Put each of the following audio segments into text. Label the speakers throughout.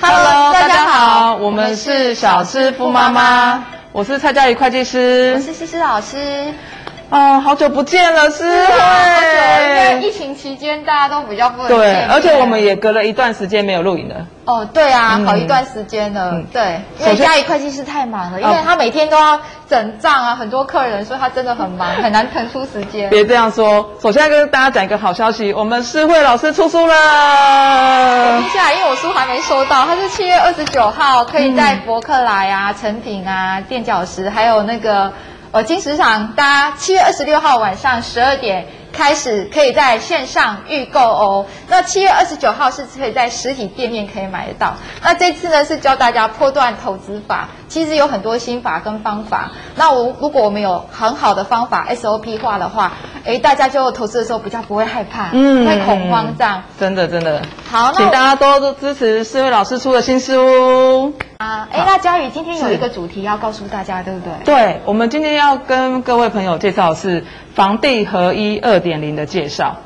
Speaker 1: Hello，
Speaker 2: 大
Speaker 1: 大
Speaker 2: 家
Speaker 1: 家
Speaker 2: 好
Speaker 1: 好，
Speaker 2: 我
Speaker 1: 我
Speaker 2: 们
Speaker 1: 们
Speaker 2: 是
Speaker 1: 是
Speaker 2: 小
Speaker 1: 小
Speaker 2: 资
Speaker 1: 资
Speaker 2: 傅
Speaker 1: 傅妈
Speaker 2: 妈妈
Speaker 1: 妈，
Speaker 2: 我是蔡佳怡会计
Speaker 1: 我
Speaker 2: 师。
Speaker 1: 是西施老师。
Speaker 2: 哦，好久不见了，诗
Speaker 1: 啊好久，因为
Speaker 2: 慧。
Speaker 1: 疫情期间大家都比较不能见
Speaker 2: 对，
Speaker 1: 面
Speaker 2: 而且我们也隔了一段时间没有录影了。
Speaker 1: 哦，对啊，
Speaker 2: 嗯
Speaker 1: 好一段时间了。
Speaker 2: 嗯
Speaker 1: 对，因
Speaker 2: 首
Speaker 1: 为
Speaker 2: 先
Speaker 1: 家里会计师太忙了，因
Speaker 2: 哦
Speaker 1: 为他每天都要整账啊，很多客人，所以他真的很忙，很难腾出时间。
Speaker 2: 别这样说，首先要跟大家讲一个好消息，我们诗慧老师出书了
Speaker 1: 接。下来，因为我书还没收到，它是七月二十九号，可以在博客来啊、成品啊、垫脚石，还有那个呃金石场，大家七月二十六号晚上十二点开始，可以在线上预购哦。那七月二十九号是可以在实体店面可以买得到。那这次呢是教大家波段投资法，其实有很多心法跟方法。那我如果我们有很好的方法 SOP 化的话，诶，大家就投资的时候比较不会害怕，
Speaker 2: 嗯
Speaker 1: 不会恐慌这样。
Speaker 2: 真的真的，
Speaker 1: 好，那
Speaker 2: 请
Speaker 1: 我
Speaker 2: 大家多多支持诗慧老师出的新书。
Speaker 1: 啊，哎，那佳宇今天有一个主题要告诉大家，对不对？
Speaker 2: 对，我们今天要跟各位朋友介绍的是房地合一二点零的介绍。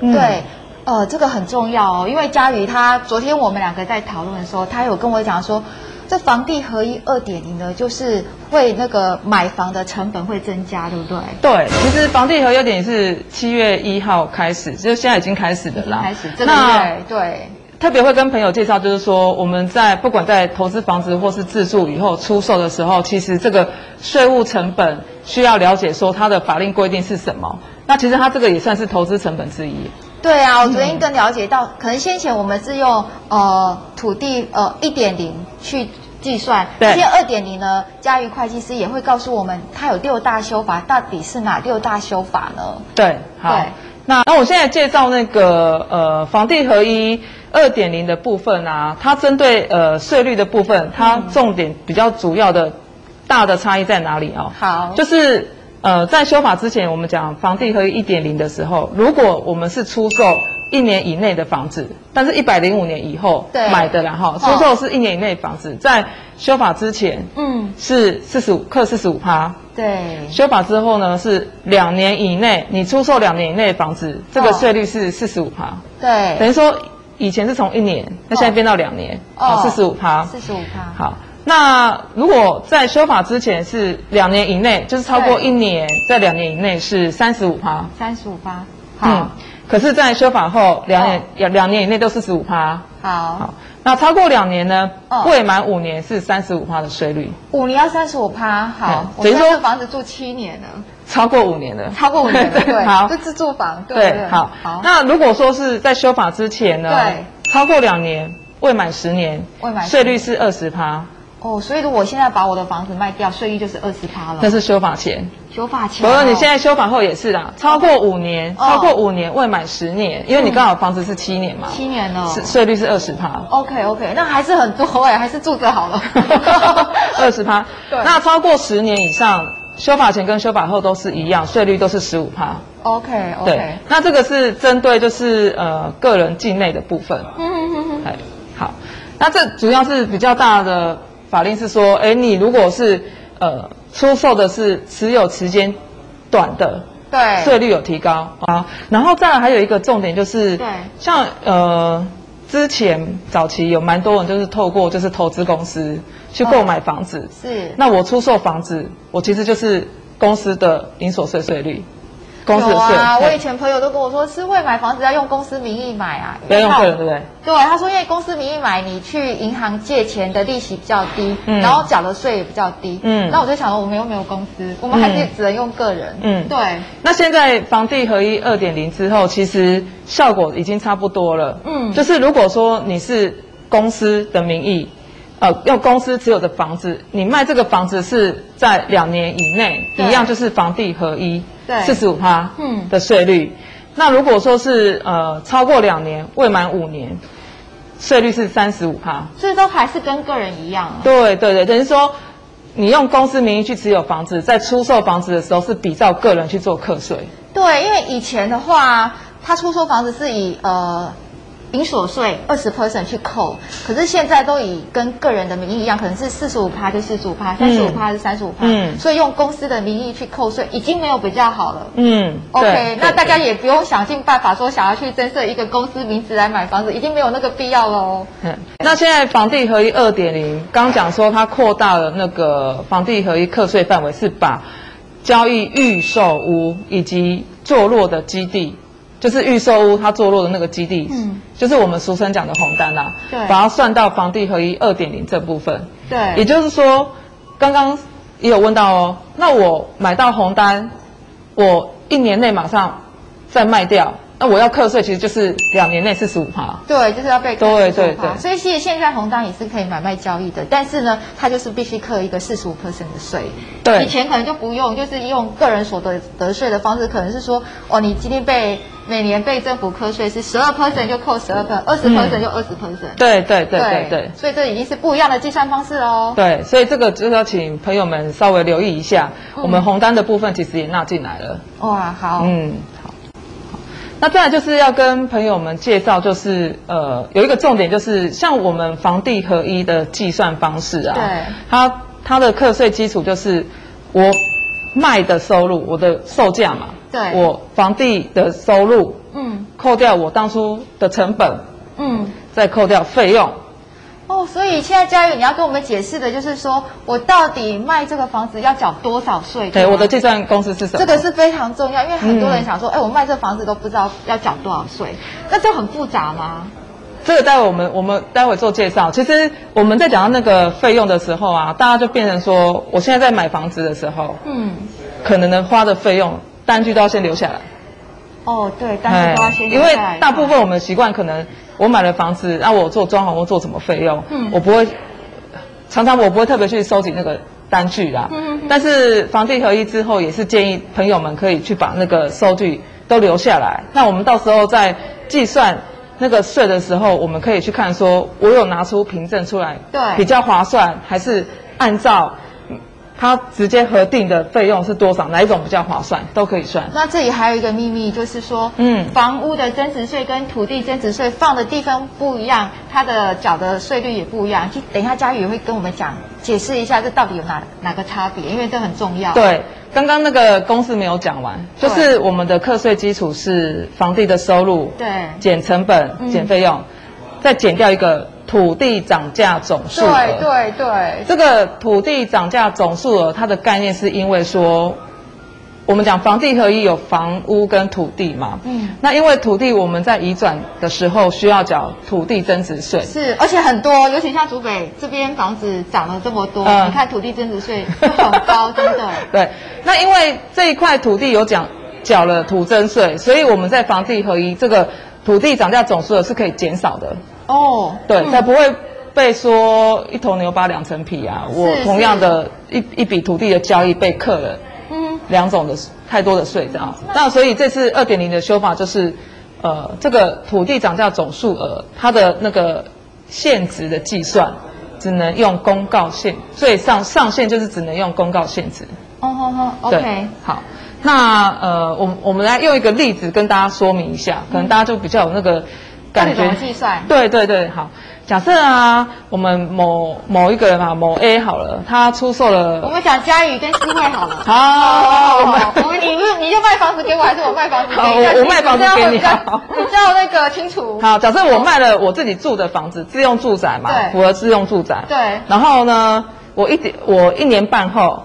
Speaker 2: 嗯
Speaker 1: 对，呃，这个很重要哦，因为佳宇他昨天我们两个在讨论的时候，他有跟我讲说，这房地合一二点零呢，就是会那个买房的成本会增加，对不对？
Speaker 2: 对，其实房地合有点是七月一号开始，就是现在已经开始的啦。
Speaker 1: 开始这个
Speaker 2: 那
Speaker 1: 月，对，
Speaker 2: 特别会跟朋友介绍，就是说我们在不管在投资房子或是自住以后出售的时候，其实这个税务成本需要了解说它的法令规定是什么。那其实它这个也算是投资成本之一。
Speaker 1: 对啊，
Speaker 2: 嗯
Speaker 1: 我昨天更了解到，可能先前我们是用呃土地呃一点零去计算，
Speaker 2: 对
Speaker 1: 现在二点零呢，嘉瑜会计师也会告诉我们，它有六大修法，到底是哪六大修法呢？
Speaker 2: 对，好
Speaker 1: 对。
Speaker 2: 那那我现在介绍那个呃房地合一二点零的部分啊，它针对呃税率的部分，它
Speaker 1: 嗯
Speaker 2: 重点比较主要的大的差异在哪里哦？
Speaker 1: 好，
Speaker 2: 就是呃，在修法之前，我们讲房地合一一点零的时候，如果我们是出售一年以内的房子，但是一百零五年以后
Speaker 1: 对哦
Speaker 2: 买的啦哈，出售是一年以内的房子，在修法之前
Speaker 1: 嗯，
Speaker 2: 是四十五克四十五趴，
Speaker 1: 对，
Speaker 2: 修法之后呢是两年以内，你出售两年以内的房子，这个
Speaker 1: 哦
Speaker 2: 税率是四十五趴，等
Speaker 1: 对，
Speaker 2: 于说以前是从一年，那现在变到两年，
Speaker 1: 哦
Speaker 2: 好四十五趴，
Speaker 1: 四十五趴，
Speaker 2: 好，那如果在修法之前是两年以内，就是超过
Speaker 1: 对
Speaker 2: 一年，在两年以内是三十五趴。
Speaker 1: 三十五趴，
Speaker 2: 嗯
Speaker 1: 好，，
Speaker 2: 可是，在修法后两
Speaker 1: 哦
Speaker 2: 年、两两年以内都四十五趴。
Speaker 1: 好，
Speaker 2: 好，那超过两年呢？
Speaker 1: 哦
Speaker 2: 未满五年是三十五趴的税率，
Speaker 1: 五年要三十五趴，好
Speaker 2: 嗯，
Speaker 1: 我
Speaker 2: 等于
Speaker 1: 们
Speaker 2: 说
Speaker 1: 这房子住七年了，
Speaker 2: 超过五年的。
Speaker 1: 超过五年 了，对，
Speaker 2: 好
Speaker 1: 就，自住房，对不
Speaker 2: 对，
Speaker 1: 对，
Speaker 2: 好。
Speaker 1: 好，
Speaker 2: 那如果说是在修法之前呢？
Speaker 1: 对，
Speaker 2: 超过两年，未满十年，
Speaker 1: 未满
Speaker 2: 税率是二十趴，
Speaker 1: 哦，所以如果我现在把我的房子卖掉，税率就是二十趴了
Speaker 2: 那，是修法前。
Speaker 1: 修法前
Speaker 2: 不
Speaker 1: 哦，
Speaker 2: 过你现在修法后也是啦，超过五年，
Speaker 1: 哦嗯
Speaker 2: 超过五年未满十年，因为你刚好房子是七年嘛，
Speaker 1: 七哦年了
Speaker 2: 是税率是二十趴，，
Speaker 1: ，OK OK，那还是很多哎， 还是住着好了
Speaker 2: 二十趴。
Speaker 1: 对
Speaker 2: 那超过十年以上，修法前跟修法后都是一样，税率都是十五趴。
Speaker 1: ，OK
Speaker 2: 对
Speaker 1: OK，，
Speaker 2: 那这个是针对就是呃个人境内的部分。
Speaker 1: 嗯嗯嗯嗯，
Speaker 2: 哎，好，那这主要是比较大的法令是说，哎，你如果是呃出售的是持有时间短的，
Speaker 1: 嗯对，
Speaker 2: 税率有提高啊。然后再来还有一个重点就是，
Speaker 1: 对
Speaker 2: 像呃之前早期有蛮多人就是透过就是投资公司去
Speaker 1: 嗯
Speaker 2: 购买房子，
Speaker 1: 是
Speaker 2: 那我出售房子，我其实就是公司的营所税税率，公司的
Speaker 1: 有
Speaker 2: 税，
Speaker 1: 啊，我以
Speaker 2: 嘿
Speaker 1: 前朋友都跟我说，是会买房子要用公司名义买啊，
Speaker 2: 不要用个人，
Speaker 1: 因为
Speaker 2: 对不对？
Speaker 1: 他。对，他说因为公司名义买，你去银行借钱的利息比较低，
Speaker 2: 嗯
Speaker 1: 然后缴的税也比较低。
Speaker 2: 嗯
Speaker 1: 嗯，那我就想说，我们又没有公司，我们还是只能用个人。
Speaker 2: 嗯
Speaker 1: 嗯，对，
Speaker 2: 那现在房地合一二点零之后，其实效果已经差不多了。
Speaker 1: 嗯
Speaker 2: 就是如果说你是公司的名义，呃，用公司持有的房子，你卖这个房子是在两年以内，
Speaker 1: 对
Speaker 2: 一样就是房地合一，
Speaker 1: 对
Speaker 2: 四十五趴，
Speaker 1: 嗯
Speaker 2: 的税率。那如果说是呃超过两年未满五年，税率是三十五趴。
Speaker 1: 所以都还是跟个人一样啊。
Speaker 2: 对对对，等于说你用公司名义去持有房子，在出售房子的时候是比照个人去做课税。
Speaker 1: 对，因为以前的话，他出售房子是以呃营所税二十 percent 去扣，可是现在都以跟个人的名义一样，可能是四十五趴就四十五趴，三十五趴是三十五趴，
Speaker 2: 嗯
Speaker 1: 所以用公司的名义去扣税已经没有比较好了。
Speaker 2: 嗯
Speaker 1: OK，
Speaker 2: 对
Speaker 1: 那
Speaker 2: 对
Speaker 1: 大家也不用想尽办法说想要去增设一个公司名字来买房子，已经没有那个必要了哦。
Speaker 2: 嗯，那现在房地合一二点零，刚讲说它扩大了那个房地合一课税范围，是把交易预售屋以及坐落的基地，就是预售屋它坐落的那个基地，
Speaker 1: 嗯
Speaker 2: 嗯，就是我们俗称讲的红单啦、
Speaker 1: 对
Speaker 2: 把它算到房地合一二点零这部分。也
Speaker 1: 对，
Speaker 2: 就是说，刚刚也有问到哦，那我买到红单，我一年内马上再卖掉，那我要课税其实就是两年内四十五趴。
Speaker 1: 对，就是要被扣
Speaker 2: 对
Speaker 1: 45%
Speaker 2: 对对
Speaker 1: 所以其实现在红单也是可以买卖交易的，但是呢，它就是必须课一个四十五 percent 的税。
Speaker 2: 对
Speaker 1: 以前可能就不用，就是用个人所得得税的方式，可能是说，哦，你今天被每年被政府课税是十二 percent 就扣十二 percent，二十 percent 就二十 percent。
Speaker 2: 对嗯对对对对
Speaker 1: 所以这已经是不一样的计算方式哦。
Speaker 2: 对，所以这个就是要请朋友们稍微留意一下，
Speaker 1: 嗯
Speaker 2: 我们红单的部分其实也纳进来了。
Speaker 1: 哇，好，
Speaker 2: 嗯，好。好那再来就是要跟朋友们介绍，就是呃，有一个重点就是像我们房地合一的计算方式啊，
Speaker 1: 对，
Speaker 2: 它它的课税基础就是我卖的收入，我的售价嘛，
Speaker 1: 对
Speaker 2: 我房地的收入
Speaker 1: 嗯
Speaker 2: 扣掉我当初的成本，
Speaker 1: 嗯。
Speaker 2: 再扣掉费用，
Speaker 1: 哦，所以现在佳宇，你要跟我们解释的就是说，我到底卖这个房子要缴多少税？
Speaker 2: 对，
Speaker 1: 吗
Speaker 2: 哎我的嗯计算公式是
Speaker 1: 啊
Speaker 2: 什么？
Speaker 1: 这个是非常重要，因为很多人想说，哎、我卖这房子都不知道要缴多少税，那这很复杂吗？
Speaker 2: 这个待会我们我们待会做介绍。其实我们在讲到那个费用的时候啊，大家就变成说，我现在在买房子的时候，
Speaker 1: 嗯，
Speaker 2: 可能能花的费用单据都要先留下来。
Speaker 1: 哦，对，但是都要先
Speaker 2: 哎因
Speaker 1: 留
Speaker 2: 为
Speaker 1: 下来
Speaker 2: 大部分我们习惯可能我买了房子，那、我做装潢或做什么费用，
Speaker 1: 嗯
Speaker 2: 我不会，常常我不会特别去收集那个单据啦。
Speaker 1: 嗯嗯嗯
Speaker 2: 但是房地合一之后，也是建议朋友们可以去把那个收据都留下来。那我们到时候在计算那个税的时候，我们可以去看说，我有拿出凭证出来，
Speaker 1: 对
Speaker 2: 比较划算，还是按照。嗯它直接核定的费用是多少？哪一种比较划算？都可以算。
Speaker 1: 那这里还有一个秘密，就是说，嗯
Speaker 2: 嗯，
Speaker 1: 房屋的增值税跟土地增值税放的地方不一样，它的缴的税率也不一样。就等一下，佳宇也会跟我们讲解释一下这到底有哪哪个差别，因为这很重要。，
Speaker 2: 对，刚刚那个公式没有讲完，就
Speaker 1: 对
Speaker 2: 是我们的课税基础是房地的收入，
Speaker 1: 对
Speaker 2: 减成
Speaker 1: 嗯
Speaker 2: 本、减费用，再减掉一个土地涨价总数额。
Speaker 1: 对对对，
Speaker 2: 这个土地涨价总数额，它的概念是因为说，我们讲房地合一有房屋跟土地嘛，
Speaker 1: 嗯
Speaker 2: 那因为土地我们在移转的时候需要缴土地增值税，
Speaker 1: 是，而且很多，尤其像竹北这边房子涨了这么多，
Speaker 2: 嗯
Speaker 1: 你看土地增值税就很高，真 的。
Speaker 2: 对，那因为这一块土地有讲缴了土增税，所以我们在房地合一这个土地涨价总数额是可以减少的，
Speaker 1: 哦，
Speaker 2: 对，
Speaker 1: 嗯
Speaker 2: 才不会被说一头牛扒两层皮啊。我
Speaker 1: 是
Speaker 2: 同样的一一笔土地的交易被课了
Speaker 1: 嗯，
Speaker 2: 两种的太多的税这样。那所以这次二点零的修法就是，呃，这个土地涨价总数额它的那个现值的计算。只能用公告限，最上上限就是只能用公告限值。
Speaker 1: 哦吼吼
Speaker 2: 对
Speaker 1: ，OK，，
Speaker 2: 好，那呃，我们我们来用一个例子跟大家说明一下，可能大家就比较有那个
Speaker 1: 到底
Speaker 2: 感
Speaker 1: 怎么
Speaker 2: 觉。
Speaker 1: 计算？
Speaker 2: 对对对，好，假设啊，我们某某一个人啊，某 A 好了，他出售
Speaker 1: 我
Speaker 2: 了，
Speaker 1: 们讲佳宇跟思慧好 了。
Speaker 2: 好，我
Speaker 1: 哦，
Speaker 2: 们
Speaker 1: 我们你是你就卖房子给我，还是我卖房子给
Speaker 2: 好
Speaker 1: 你？
Speaker 2: 我我卖房子给你啊
Speaker 1: 这样会比较比较那个清楚。
Speaker 2: 好，假设我卖了我自己住的房子，自用住宅嘛
Speaker 1: 对，
Speaker 2: 符合自用住宅，
Speaker 1: 对，
Speaker 2: 然后呢，我一点我一年半后，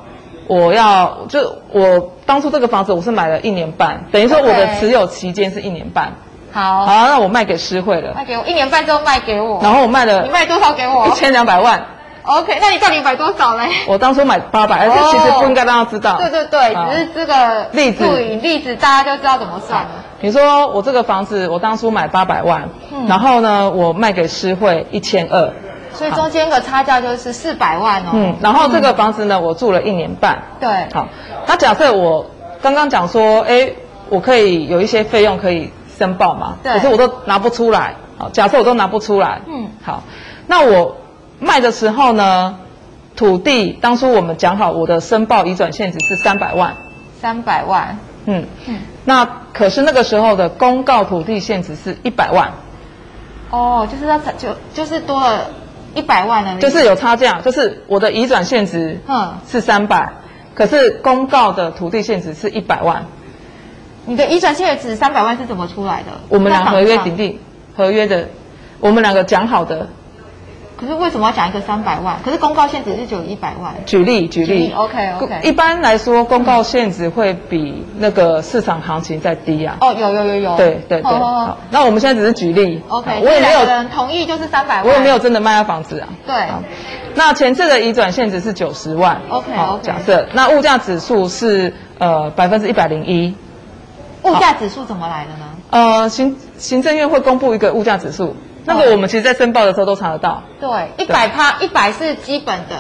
Speaker 2: 我要就我当初这个房子我是买了一年半，等于说我的
Speaker 1: OK
Speaker 2: 持有期间是一年半。
Speaker 1: 好，
Speaker 2: 好，那我卖给诗慧了，
Speaker 1: 卖给我一年半之后卖给我。
Speaker 2: 然后我卖了
Speaker 1: 你卖多少给
Speaker 2: 一
Speaker 1: 我
Speaker 2: 千两百万，
Speaker 1: ？OK，那你到底买多少嘞？
Speaker 2: 我当初买八百，而
Speaker 1: 哦
Speaker 2: 且其实不应该让他知道。
Speaker 1: 对对对，
Speaker 2: 好
Speaker 1: 只是这个
Speaker 2: 啊例子啊
Speaker 1: 术语例子，大家就知道怎么算了。
Speaker 2: 你说我这个房子，我当初买八百万
Speaker 1: 嗯，
Speaker 2: 然后呢，我卖给诗慧一千二，
Speaker 1: 所以中间的差价就是四百万哦。
Speaker 2: 嗯，然后这个房子呢，我住了一年半。
Speaker 1: 对，
Speaker 2: 好，那假设我刚刚讲说，哎，我可以有一些费用可以申报嘛，
Speaker 1: 对
Speaker 2: 可是我都拿不出来。好，假设我都拿不出来，
Speaker 1: 嗯
Speaker 2: 好，那我卖的时候呢，土地当初我们讲好我的申报移转限值是三百万，
Speaker 1: 三百万。
Speaker 2: 嗯，
Speaker 1: 嗯，
Speaker 2: 那可是那个时候的公告土地限值是一百万，
Speaker 1: 哦，就是它才就就是多了一百万而已。
Speaker 2: 就是有差价，就是我的移转现值
Speaker 1: 嗯，
Speaker 2: 是三百，可是公告的土地现值是一百万，
Speaker 1: 你的移转现额值三百万是怎么出来的？
Speaker 2: 我们俩
Speaker 1: 那
Speaker 2: 合约
Speaker 1: 涨不
Speaker 2: 订
Speaker 1: 涨。
Speaker 2: 定，合约的，我们两个讲好的。
Speaker 1: 可是为什么要讲一个三百万？可是公告现值是只有一百万。
Speaker 2: 举例举例
Speaker 1: OK
Speaker 2: 一
Speaker 1: 哦 OK。
Speaker 2: 般来说公告限值会比那个市场行情再低啊。
Speaker 1: 哦，有有有有。
Speaker 2: 对对对。
Speaker 1: 哦哦
Speaker 2: 好，那我们现在只是举例。
Speaker 1: 哦 OK，
Speaker 2: 好我也没
Speaker 1: 两个
Speaker 2: 有，
Speaker 1: 人同意就是三百万。
Speaker 2: 我也没有真的卖掉房子啊。
Speaker 1: 对
Speaker 2: 好，那前置的移转限值是九十万。
Speaker 1: OK，
Speaker 2: 好
Speaker 1: OK
Speaker 2: 假设那物价指数是呃百分之一百零一。
Speaker 1: 物价指数怎么来的呢？
Speaker 2: 呃，行行政院会公布一个物价指数，那
Speaker 1: 哦
Speaker 2: 个我们其实在申报的时候都查得到。
Speaker 1: 对，一百趴，一百是基本的。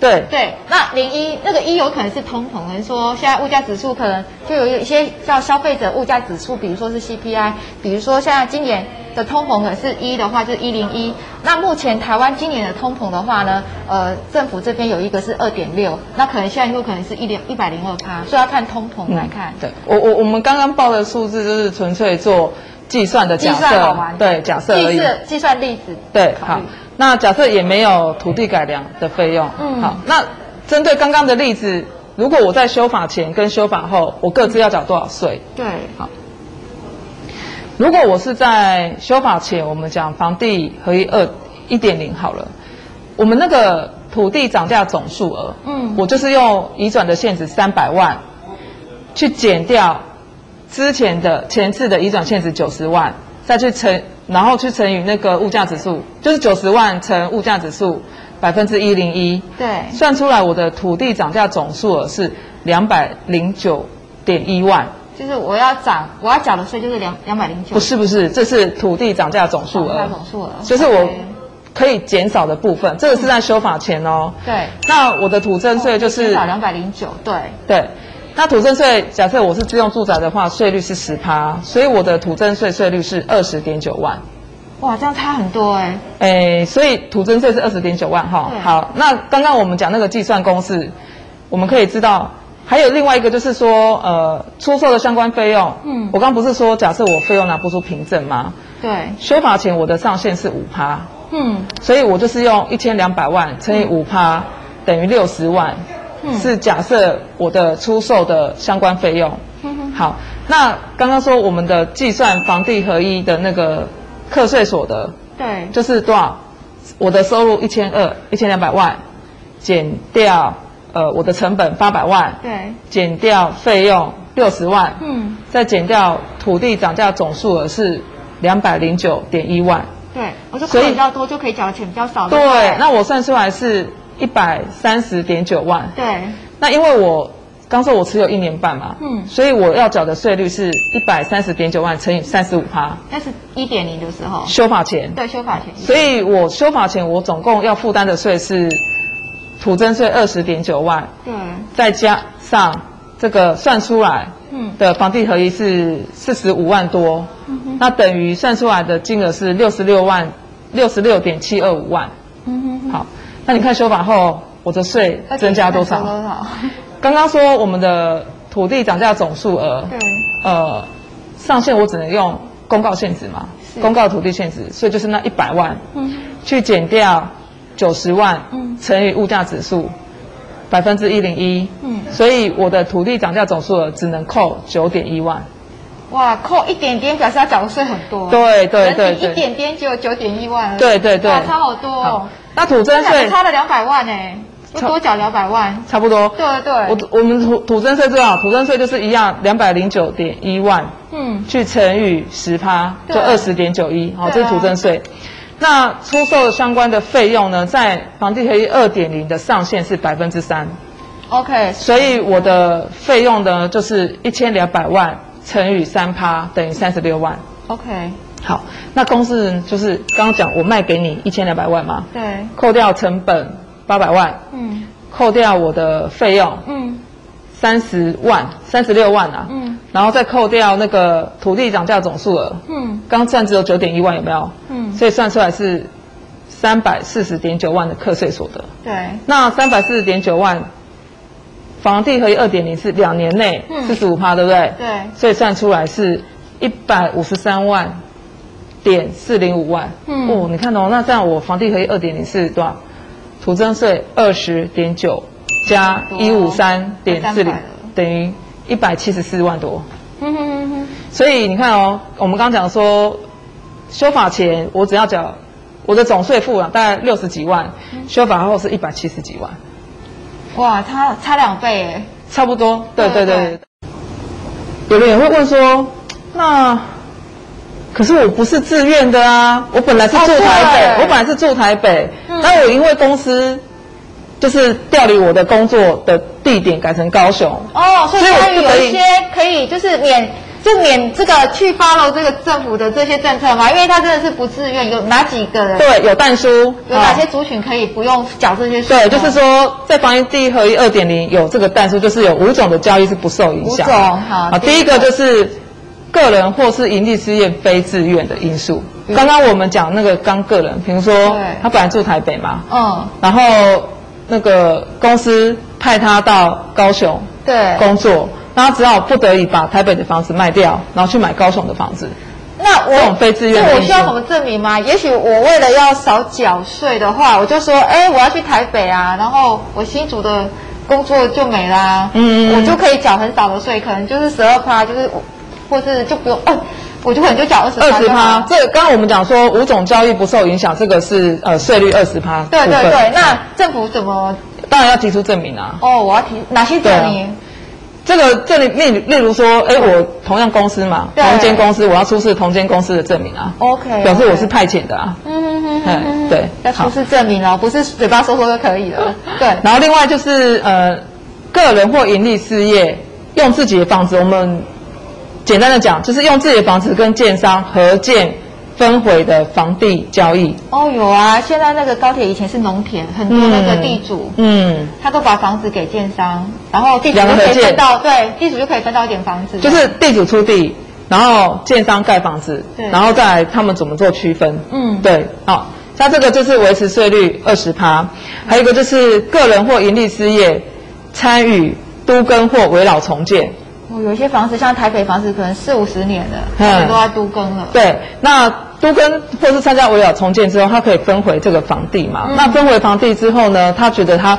Speaker 2: 对，
Speaker 1: 对，那零一那个一有可能是通膨，可能说现在物价指数可能就有一些叫消费者物价指数，比如说是 CPI，比如说现在今年的通膨可能是一的话就是一零一。那目前台湾今年的通膨的话呢，呃，政府这边有一个是二点六，那可能现在有可能是一零一百零二趴，所以要看通膨来看。
Speaker 2: 对我我我们刚刚报的数字就是纯粹做计算的
Speaker 1: 计
Speaker 2: 假
Speaker 1: 算好玩
Speaker 2: 设，，对假设而
Speaker 1: 计
Speaker 2: 已。
Speaker 1: 算计算例子，
Speaker 2: 对，
Speaker 1: 考
Speaker 2: 好
Speaker 1: 虑，
Speaker 2: 那假设也没有土地改良的费用，
Speaker 1: 嗯
Speaker 2: 好，那针对刚刚的例子，如果我在修法前跟修法后，我各自要缴多少税？
Speaker 1: 对，
Speaker 2: 如果我是在修法前，我们讲房地合一二一点零好了，我们那个土地涨价总数额，
Speaker 1: 嗯
Speaker 2: 我就是用移转的限值三百万，去减掉之前的前次的移转限值九十万，再去乘，然后去乘以那个物价指数，就是九十万乘物价指数百分之一零一，
Speaker 1: 对，
Speaker 2: 算出来我的土地涨价总数额是两百零九点一万。
Speaker 1: 就是我要涨，我要缴的税就是两两百零九，
Speaker 2: 不是不是，这是土地涨价总数额，
Speaker 1: 总数额，
Speaker 2: 就是我
Speaker 1: OK
Speaker 2: 可以减少的部分。这个是在修法前哦。
Speaker 1: 对。
Speaker 2: 那我的土增税就是
Speaker 1: 哦少两百零九，对，
Speaker 2: 对，那土增税假设我是自用住宅的话，税率是十趴，所以我的土增税税率是二十点九万。
Speaker 1: 哇，这样差很多哎、
Speaker 2: 诶，所以土增税是二十点九万哈
Speaker 1: 对。
Speaker 2: 好，那刚刚我们讲那个计算公式，我们可以知道，还有另外一个就是说，呃，出售的相关费用，
Speaker 1: 嗯
Speaker 2: 我刚不是说假设我费用拿不出凭证吗？
Speaker 1: 对，
Speaker 2: 修法前我的上限是五趴，
Speaker 1: 嗯，
Speaker 2: 所以我就是用一千两百万乘以五趴，等于六十万，
Speaker 1: 嗯
Speaker 2: 是假设我的出售的相关费用。
Speaker 1: 哼嗯哼
Speaker 2: 好，那刚刚说我们的计算房地合一的那个课税所得，
Speaker 1: 对，
Speaker 2: 就是多少？我的收入一千二一千两百万，减掉呃我的成本八百万，
Speaker 1: 对，
Speaker 2: 减掉费用六十万，
Speaker 1: 嗯，
Speaker 2: 再减掉土地涨价总数额是两百零九点一万。
Speaker 1: 对，我就
Speaker 2: 所
Speaker 1: 扣
Speaker 2: 以
Speaker 1: 比较多，就可以缴的钱比较少，不
Speaker 2: 对，那我算出来是一百三十点九万。
Speaker 1: 对，
Speaker 2: 那因为我刚说我持有一年半嘛，
Speaker 1: 嗯
Speaker 2: 所以我要缴的税率是一百三十点九万乘以三十五趴，
Speaker 1: 那是一点零的时候，
Speaker 2: 修法前。
Speaker 1: 对，修法前，
Speaker 2: 所以我修法前我总共要负担的税是土增税二十点九万，
Speaker 1: 对，
Speaker 2: 再加上这个算出来
Speaker 1: 嗯，
Speaker 2: 的房地合一是四十五万多，
Speaker 1: 嗯哼，
Speaker 2: 那等于算出来的金额是六十六万六十六点七二五万。
Speaker 1: 嗯哼哼，
Speaker 2: 好，那你看修法后，我的税
Speaker 1: 那
Speaker 2: 增加多
Speaker 1: 增
Speaker 2: 少？
Speaker 1: 多少？
Speaker 2: 刚刚说我们的土地涨价总数额，
Speaker 1: 对，
Speaker 2: 呃，上限我只能用公告限值嘛
Speaker 1: 是，
Speaker 2: 公告土地限值，所以就是那一百万
Speaker 1: 嗯，
Speaker 2: 去减掉九十万
Speaker 1: 嗯，
Speaker 2: 乘以物价指数百分之一零一，
Speaker 1: 嗯，
Speaker 2: 所以我的土地涨价总数额只能扣九点一万。
Speaker 1: 哇，扣一点点，表示要缴的税很多，，欸
Speaker 2: 对对对
Speaker 1: 哦一
Speaker 2: 对，
Speaker 1: 点点只有九点一万而已，
Speaker 2: 对对对
Speaker 1: 哇，差好多
Speaker 2: 好
Speaker 1: 哦，，
Speaker 2: 那土
Speaker 1: 这
Speaker 2: 增
Speaker 1: 两个
Speaker 2: 税
Speaker 1: 差了两百万哎、就
Speaker 2: 差
Speaker 1: 多缴两百万，
Speaker 2: 差不多。
Speaker 1: 对对，
Speaker 2: 我我们土土增税多少？土增税就是一样，两百零九点一万，
Speaker 1: 嗯，
Speaker 2: 去乘以十趴，就
Speaker 1: 对
Speaker 2: 二十点九一，好，这
Speaker 1: 对啊
Speaker 2: 是土增税。那出售相关的费用呢，在房地合一二点零的上限是百分之三，
Speaker 1: OK，
Speaker 2: 所以我的费用呢就是一千两百万乘以三趴，等于三十六万。
Speaker 1: OK，
Speaker 2: 好，那公式就是刚刚讲，我卖给你一千两百万嘛，
Speaker 1: 对，
Speaker 2: 扣掉成本八百万，
Speaker 1: 嗯
Speaker 2: 扣掉我的费用
Speaker 1: 嗯
Speaker 2: 三十万、三十六万啊，
Speaker 1: 嗯
Speaker 2: 然后再扣掉那个土地涨价总数额，
Speaker 1: 嗯
Speaker 2: 刚算只有九点一万，有没有？
Speaker 1: 嗯，
Speaker 2: 所以算出来是三百四十点九万的课税所得。
Speaker 1: 对，
Speaker 2: 那三百四十点九万，房地合一二点零是两年内
Speaker 1: 嗯
Speaker 2: 四十五趴，对不对？
Speaker 1: 对，
Speaker 2: 所以算出来是一百五十三万点四零五万。
Speaker 1: 嗯
Speaker 2: 哦，你看哦，那这样我房地合一二点零是多少？土增税二十点九加一五三点四零
Speaker 1: 了，
Speaker 2: 等于一百七十四万多。
Speaker 1: 嗯哼哼哼，
Speaker 2: 所以你看哦，我们刚讲说，修法前我只要缴我的总税负啊，大概六十几万，
Speaker 1: 嗯
Speaker 2: 修法后是一百七十几万，
Speaker 1: 哇，差差两倍哎，
Speaker 2: 差不多。对
Speaker 1: 对
Speaker 2: 对对。有人也会问说，那可是我不是自愿的啊，我本来是
Speaker 1: 哦
Speaker 2: 住
Speaker 1: 对
Speaker 2: 台北，我本来是住台北
Speaker 1: 嗯，
Speaker 2: 但我因为公司就是调离我的工作的地点改成高雄，
Speaker 1: 哦，所以
Speaker 2: 所以我
Speaker 1: 关于
Speaker 2: 不
Speaker 1: 有
Speaker 2: 得
Speaker 1: 一
Speaker 2: 已
Speaker 1: 些可以就是免就免这个去 follow 这个政府的这些政策嘛，因为他真的是不自愿，有哪几个人？
Speaker 2: 对，有蛋书，
Speaker 1: 有哪些族群可以不用缴这些税呢？
Speaker 2: 哦对，就
Speaker 1: 哦
Speaker 2: 是说，在防疫第一合一二点零有这个弹数，就是有五种的交易是不受影响的。
Speaker 1: 五种好
Speaker 2: 啊，
Speaker 1: 第
Speaker 2: 第
Speaker 1: 一
Speaker 2: 一
Speaker 1: 个
Speaker 2: 个就是个人或是营利事业非自愿的因素。
Speaker 1: 嗯
Speaker 2: 刚刚我们讲那个刚个人，比如说
Speaker 1: 对
Speaker 2: 他本来住台北嘛，
Speaker 1: 嗯，
Speaker 2: 然后那个公司派他到高雄
Speaker 1: 对。
Speaker 2: 工作，那他只好不得已把台北的房子卖掉，然后去买高雄的房子。
Speaker 1: 那
Speaker 2: 这
Speaker 1: 我
Speaker 2: 种非自愿的
Speaker 1: 这我
Speaker 2: 因
Speaker 1: 需要
Speaker 2: 素
Speaker 1: 什么证明吗？也许我为了要少缴税的话，我就说，哎，我要去台北啊，然后我新竹的工作就没啦，
Speaker 2: 嗯
Speaker 1: 我就可以缴很少的税，可能就是十二趴，就是我或是就不用，哦，我就可能就缴二十
Speaker 2: 二十趴，这个刚刚我们讲说五种交易不受影响，这个是呃税率二十趴。
Speaker 1: 对对对，那政府怎么？
Speaker 2: 当然要提出证明啊。
Speaker 1: 哦，我要提哪些证明？
Speaker 2: 这个这里例例如说，哎，我同样公司嘛，
Speaker 1: 对
Speaker 2: 同间公司，我要出示同间公司的证明啊，
Speaker 1: OK，
Speaker 2: 表示我是派遣的啊。
Speaker 1: 嗯哼哼哼哼
Speaker 2: 哎对
Speaker 1: 要出示证明哦，不是嘴巴说说就可以了。 对，
Speaker 2: 然后另外就是呃，个人或盈利事业用自己的房子，我们简单的讲，就是用自己的房子跟建商合建分回的房地交易。
Speaker 1: 哦有啊，现在那个高铁以前是农田，很多那个地主。
Speaker 2: 嗯，
Speaker 1: 他都把房子给建商，然后地主
Speaker 2: 两
Speaker 1: 就
Speaker 2: 个
Speaker 1: 可以
Speaker 2: 合建
Speaker 1: 分到，对，地主就可以分到一点房子，
Speaker 2: 就是地主出地，然后建商盖房子
Speaker 1: 对，
Speaker 2: 然后再来他们怎么做区分？
Speaker 1: 嗯，
Speaker 2: 对，好、像这个就是维持税率二十趴，还有一个就是个人或盈利事业参与都更或围绕重建。
Speaker 1: 哦，有一些房子像台北房子可能四五十年了，
Speaker 2: 嗯
Speaker 1: 他们都在都更了，
Speaker 2: 对，那都跟或是参加围绕重建之后，他可以分回这个房地嘛？
Speaker 1: 嗯
Speaker 2: 那分回房地之后呢，他觉得他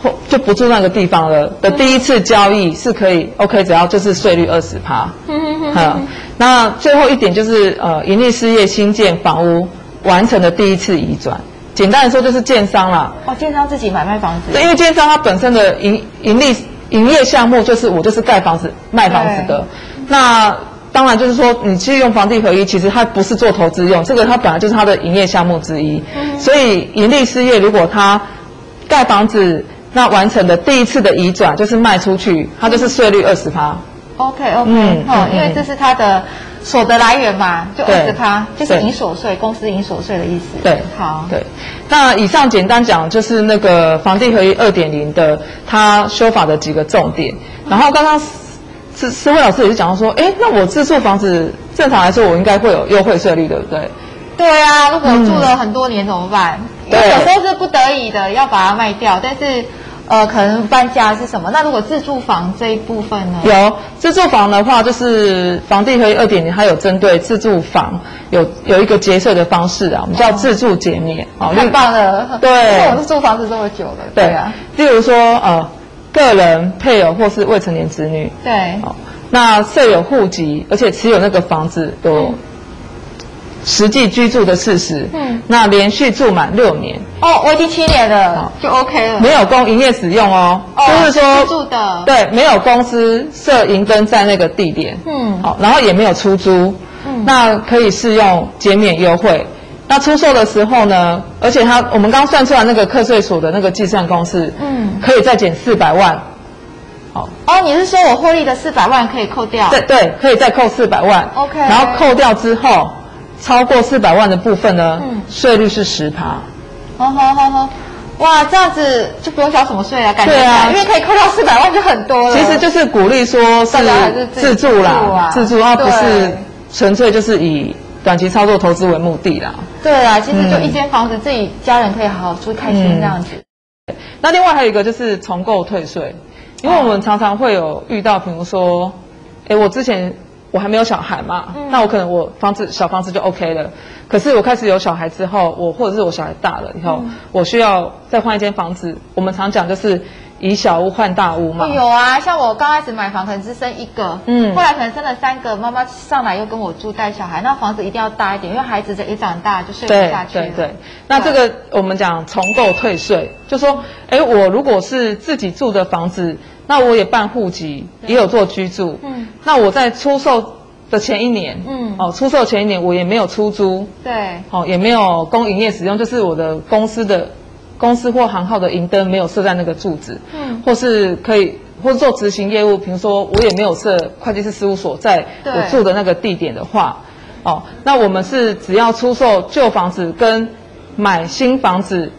Speaker 2: 或就不住那个地方了
Speaker 1: 嗯
Speaker 2: 的第一次交易是可以 OK，只要就是税率二十趴。
Speaker 1: 嗯哼哼
Speaker 2: 嗯，那最后一点就是呃，盈利事业新建房屋完成的第一次移转，简单来说就是建商啦。
Speaker 1: 哦，建商自己买卖房子，
Speaker 2: 对，因为建商它本身的盈盈利营业项目就是我就是盖房子卖房子的，那当然就是说你去用房地合一，其实它不是做投资用，这个它本来就是它的营业项目之一，
Speaker 1: 嗯
Speaker 2: 所以盈利事业如果它盖房子。那完成的第一次的移转就是卖出去，它就是税率二十趴。
Speaker 1: ，OK OK，
Speaker 2: 嗯
Speaker 1: 哦
Speaker 2: 嗯，嗯
Speaker 1: 因为这是他的所得来源嘛，就
Speaker 2: 对
Speaker 1: 二十趴，就是
Speaker 2: 对
Speaker 1: 营所税，公司营所税的意思，
Speaker 2: 对，
Speaker 1: 好，
Speaker 2: 对。那以上简单讲就是那个房地合一二点零的它修法的几个重点。然后刚刚思思慧老师也是讲到说，哎，那我自住房子正常来说我应该会有优惠税率，对不对？
Speaker 1: 对啊，如果住了很多年怎么办？因
Speaker 2: 嗯对
Speaker 1: 为有时候是不得已的要把它卖掉，但是呃，可能搬家是什么？那如果自住房这一部分呢？
Speaker 2: 有自住房的话，就是房地合一二点零，它有针对自住房有有一个节税的方式啊，我们叫自住减免哦
Speaker 1: 太棒了，
Speaker 2: 对
Speaker 1: 因为我是住房子这么久了，对
Speaker 2: 对
Speaker 1: 啊
Speaker 2: 啊，，例如说呃，个人、配偶或是未成年子女，
Speaker 1: 对，
Speaker 2: 好，哦那设有户籍，而且持有那个房子有
Speaker 1: 嗯
Speaker 2: 实际居住的事实，
Speaker 1: 嗯
Speaker 2: 那连续住满六年，
Speaker 1: 哦，我已经七年了
Speaker 2: 好，
Speaker 1: 就 OK 了，
Speaker 2: 没有供营业使用哦，
Speaker 1: 哦
Speaker 2: 就是说
Speaker 1: 自住的
Speaker 2: 对，没有公司设营登在那个地点，
Speaker 1: 嗯
Speaker 2: 好，然后也没有出租，
Speaker 1: 嗯
Speaker 2: 那可以适用减免优惠。那出售的时候呢，而且它我们刚算出来那个课税所的那个计算公式，
Speaker 1: 嗯
Speaker 2: 可以再减四百万，好，
Speaker 1: 哦，你是说我获利的四百万可以扣掉？
Speaker 2: 对，对，可以再扣四百万。
Speaker 1: OK
Speaker 2: 然后扣掉之后，超过四百万的部分呢，
Speaker 1: 嗯
Speaker 2: 税率是十趴。
Speaker 1: 好哦好好好，哇，这样子就不用交什么税啊，感觉
Speaker 2: 对啊
Speaker 1: 因为可以扣掉四百万就很多了，
Speaker 2: 其实就是鼓励说是
Speaker 1: 大家还是自己
Speaker 2: 自住
Speaker 1: 自住啊
Speaker 2: 啦，自住，而不是
Speaker 1: 对
Speaker 2: 纯粹就是以短期操作投资为目的啦。
Speaker 1: 对啊，其实就
Speaker 2: 嗯
Speaker 1: 一间房子，自己家人可以好好住，开心
Speaker 2: 嗯
Speaker 1: 这样子，
Speaker 2: 那另外还有一个就是重购退税，因为我们常常会有遇到，比如说，哎，我之前我还没有小孩嘛，
Speaker 1: 嗯
Speaker 2: 那我可能我房子小房子就 OK 了。可是我开始有小孩之后，我或者是我小孩大了以后，我需要再换一间房子。我们常讲就是以小屋换大屋嘛。
Speaker 1: 哦，有啊，像我刚开始买房可能只生一个，
Speaker 2: 嗯
Speaker 1: 嗯，后来可能生了三个，妈妈上来又跟我住带小孩，那房子一定要大一点，因为孩子一长大就睡不
Speaker 2: 对
Speaker 1: 下去了。
Speaker 2: 对对，那这个我们讲重购退税，就说，哎，我如果是自己住的房子，那我也办户籍，也有做居住，
Speaker 1: 嗯
Speaker 2: 那我在出售的前一年，
Speaker 1: 嗯
Speaker 2: 哦，出售前一年我也没有出租，
Speaker 1: 对，
Speaker 2: 哦，也没有供营业使用，就是我的公司的公司或行号的营灯没有设在那个住址，
Speaker 1: 嗯
Speaker 2: 或是可以。或是做执行业务，比如说我也没有设会计师事务所在
Speaker 1: 对
Speaker 2: 我住的那个地点的话，哦，那我们是只要出售旧房子跟买新房子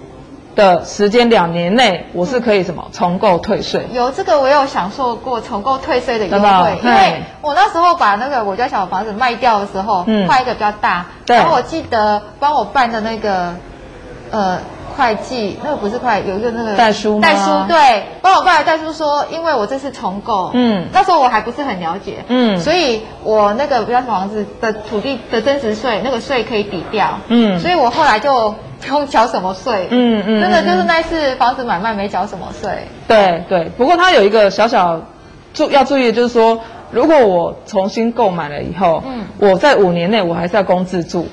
Speaker 2: 的时间两年内，我是可以什么重购退税。
Speaker 1: 有这个我有享受过重购退税的优
Speaker 2: 真的哦
Speaker 1: 惠，因为
Speaker 2: 嘿
Speaker 1: 我那时候把那个我家小房子卖掉的时候，
Speaker 2: 嗯
Speaker 1: 换一个比较大，
Speaker 2: 对
Speaker 1: 然后我记得帮我办的那个，呃。会计那个不是会，有一个那个
Speaker 2: 代书吗
Speaker 1: 代书对，帮我办的代书说，因为我这次重购，
Speaker 2: 嗯
Speaker 1: 那时候我还不是很了解，
Speaker 2: 嗯
Speaker 1: 所以我那个不要房子的土地的增值税，那个税可以抵掉，
Speaker 2: 嗯
Speaker 1: 所以我后来就不用缴什么税，
Speaker 2: 嗯嗯
Speaker 1: 真的就是那一次房子买卖没缴什么税，
Speaker 2: 对对，不过它有一个小小注要注意的就是说，如果我重新购买了以后，
Speaker 1: 嗯
Speaker 2: 我在五年内我还是要供自住，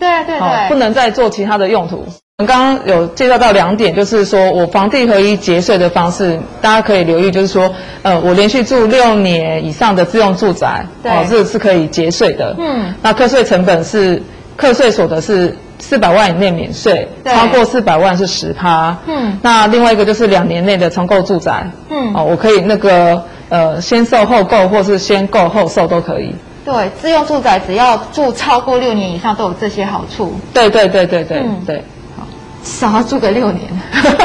Speaker 1: 对对
Speaker 2: 哦
Speaker 1: 对，，
Speaker 2: 不能再做其他的用途。我们刚刚有介绍到两点，就是说我房地合一节税的方式，大家可以留意，就是说，呃，我连续住六年以上的自用住宅，哦
Speaker 1: 对
Speaker 2: 这个是可以节税的。
Speaker 1: 嗯，
Speaker 2: 那课税成本是课税所得是四百万以内免税，
Speaker 1: 对
Speaker 2: 超过四百万是十趴。
Speaker 1: 嗯
Speaker 2: 那另外一个就是两年内的重购住宅，
Speaker 1: 嗯
Speaker 2: 哦，我可以那个呃先售后购，或是先购后售都可以。
Speaker 1: 对，自用住宅只要住超过六年以上都有这些好处，
Speaker 2: 对对对对对、
Speaker 1: 嗯
Speaker 2: 对。
Speaker 1: 至少要住个六 年，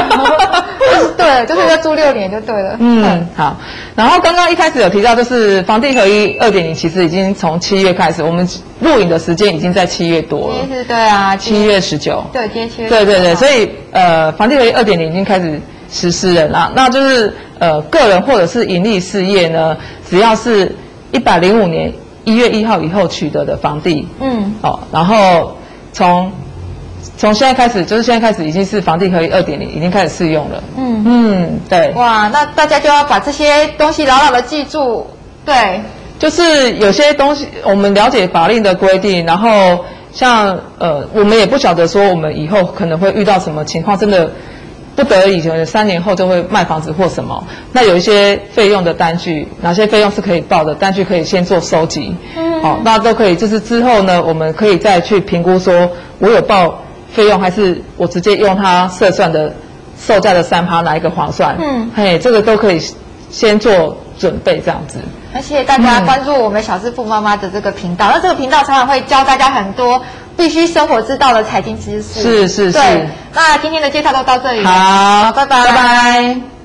Speaker 1: 就是对，就是要住六年就对了，
Speaker 2: 嗯，好。然后刚刚一开始有提到，就是房地合一二点零，其实已经从七月开始，我们录影的时间已经在七月多了
Speaker 1: 今，天是对啊，
Speaker 2: 七月十九。
Speaker 1: 对，今天七月，
Speaker 2: 对对对，所
Speaker 1: 以
Speaker 2: 以呃，房地合一二点零已经开始实施了啦。那就是呃，个人或者是盈利事业呢，只要是一百零五年一月一号以后取得的房地，
Speaker 1: 嗯
Speaker 2: 哦，然后从从现在开始，就是现在开始已经是房地合一二点零已经开始适用了。
Speaker 1: 嗯。
Speaker 2: 嗯，对。
Speaker 1: 哇，那大家就要把这些东西牢牢的记住。对，
Speaker 2: 就是有些东西我们了解法令的规定，然后像呃，我们也不晓得说我们以后可能会遇到什么情况，真的不得已，可能三年后就会卖房子或什么。那有一些费用的单据，哪些费用是可以报的，单据可以先做收集，
Speaker 1: 嗯
Speaker 2: 好、那都可以。就是之后呢，我们可以再去评估说，我有报费用，还是我直接用它设算的售价的三趴哪一个划算？
Speaker 1: 嗯
Speaker 2: 嘿，这个都可以先做准备，这样子。
Speaker 1: 那谢谢大家关注我们小致富妈妈的这个频道。那这个频道常常会教大家很多必须生活知道的财经知识。
Speaker 2: 是是是
Speaker 1: 对，那今天的介绍都到这里。
Speaker 2: 好，
Speaker 1: 拜拜
Speaker 2: 拜拜